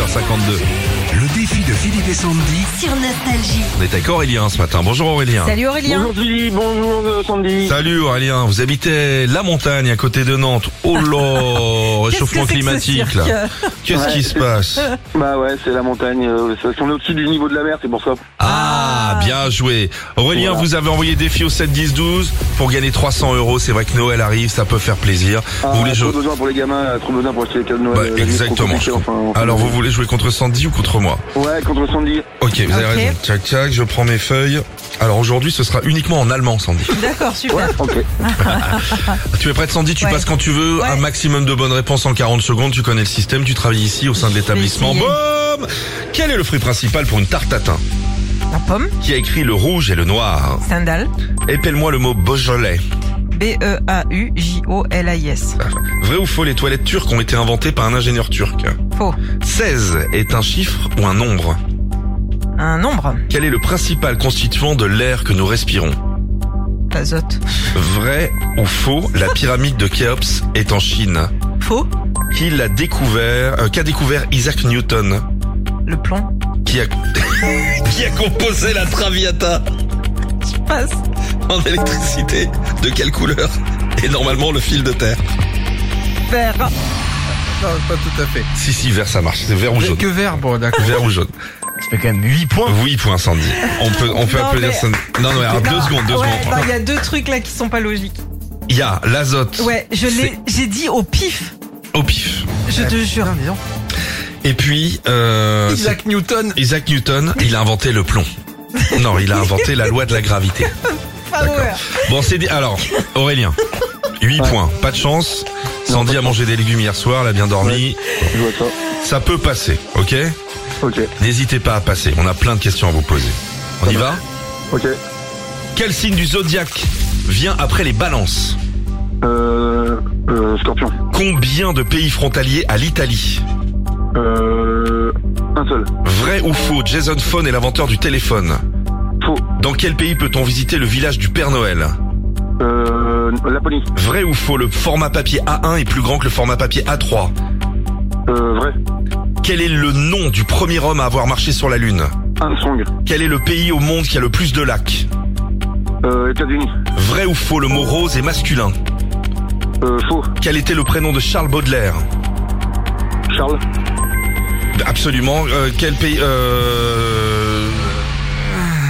8h52. Le défi de Philippe et Sandy. sur Nostalgie. On est avec Aurélien ce matin. Bonjour Aurélien. Salut Aurélien. Bonjour Julie, bonjour euh, Sandy. Salut Aurélien, vous habitez la montagne à côté de Nantes. Oh là, Qu'est-ce que réchauffement c'est que ce climatique cirque là. Qu'est-ce qui se passe Bah ouais, c'est la montagne. euh, c'est parce qu'on est au-dessus du niveau de la mer, c'est pour ça. Ah, bien joué. Aurélien, Voilà. vous avez envoyé défi au 7 10 12 pour gagner 300 euros. C'est vrai que Noël arrive, ça peut faire plaisir. Ah, vous voulez trop jouer besoin pour les gamins, euh, trop besoin pour acheter les cadeaux de Noël. Bah, euh, la vie est trop exactement. compliquée, enfin, enfin, Alors vous voulez jouer contre Sandy ou contre moi Ouais, contre Sandy. Ok, vous avez Ok. raison. Tchac tchac, je prends mes feuilles. Alors aujourd'hui, ce sera uniquement en allemand, Sandy. D'accord, Ouais, super. ok. Tu es prête Sandy, tu Ouais. passes quand tu veux, Ouais. un maximum de bonnes réponses en 40 secondes, tu connais le système, tu travailles ici au sein de l'établissement. essayer. Boum Quel est le fruit principal pour une tarte tatin La pomme, Qui a écrit le rouge et le noir sandal, Épelle-moi le mot Beaujolais. E B-E-A-U-J-O-L-I-S. Vrai ou faux, les toilettes turques ont été inventées par un ingénieur turc Faux. 16 est un chiffre ou un nombre Un nombre, Quel est le principal constituant de l'air que nous respirons l'azote. Vrai ou faux, la pyramide de Khéops est en Chine Faux, Qui l'a découvert euh, Qu'a découvert Isaac Newton le plomb. qui a, qui a composé la Traviata Je passe. en électricité De quelle couleur Et normalement le fil de terre Vert. Non, pas tout à fait. Si, si, vert ça marche, c'est vert ou jaune. Que vert, bon, d'accord. Vert ou jaune. Ça fait quand même 8 points. Oui, point Sandy. On peut, on peut Non, applaudir mais- Sandy. Non, non, mais alors, deux Non, secondes, deux ouais, bah, secondes. attends, Il y a deux trucs là qui sont pas logiques. Il y a l'azote Ouais, je l'ai, j'ai dit au pif, au pif. je te jure. Et puis, euh, Isaac Newton. c'est- Isaac Newton, il a inventé le plomb. Non, il a inventé la loi de la gravité. Power. Bon, c'est dit. Alors, Aurélien, 8 points. Pas de chance. Sandy a mangé des légumes hier soir, elle a bien dormi. Je vois ça. Ça peut passer, ok Ok, N'hésitez pas à passer, on a plein de questions à vous poser. On y va ok. Quel signe du zodiaque vient après les balances Euh, euh, scorpion. Combien de pays frontaliers à l'Italie Euh, un seul. Vrai ou faux, Jason Phone est l'inventeur du téléphone. Faux. Dans quel pays peut-on visiter le village du Père Noël Euh, Laponie. Vrai ou faux, le format papier A1 est plus grand que le format papier A3 Euh, vrai. Quel est le nom du premier homme à avoir marché sur la Lune Armstrong. Quel est le pays au monde qui a le plus de lacs Euh, États-Unis. Vrai ou faux, le mot rose est masculin Euh, faux. Quel était le prénom de Charles Baudelaire Charles. Absolument. Euh, quel pays euh...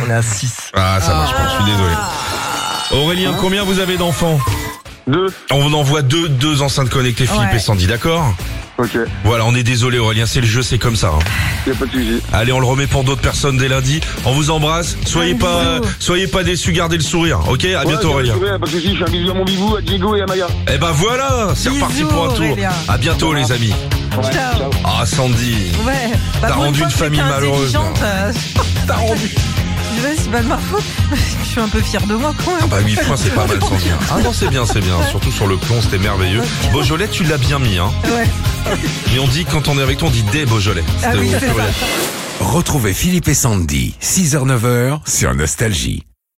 On est à 6. Ah, ça marche pas. Je suis désolé. Aurélien, combien vous avez d'enfants Deux. On vous envoie deux, deux enceintes connectées, Philippe Ouais. et Sandy, d'accord Ok, Voilà, on est désolé Aurélien, c'est le jeu, c'est comme ça. hein. y a pas de sujet. Allez, on le remet pour d'autres personnes dès lundi. On vous embrasse. Soyez Ouais, pas, bisous. soyez pas déçus, gardez le sourire. Ok, à bientôt Aurélien. Ouais, pas de soucis, je fais un bisou à mon bibou, à Diego et à Maya. Eh ben voilà, c'est Bisous, reparti pour un tour. Aurélien. À bientôt les amis. Ouais, Ciao. Ah Sandy. Ouais. Bah, T'as pour rendu fois une que famille t'es malheureuse, intelligente, euh, T'as rendu. Je sais, c'est pas de ma faute. Je suis un peu fier de moi quand même. Ah bah 8 points c'est pas mal Sandy. Ah non c'est bien, c'est bien. Surtout sur le plomb, c'était merveilleux. Beaujolais, tu l'as bien mis hein. Ouais. Mais on dit quand on est avec toi, on dit des Beaujolais. Ah C'était oui, au c'est ça. pluriel. Retrouvez Philippe et Sandy, 6h-9h sur Nostalgie.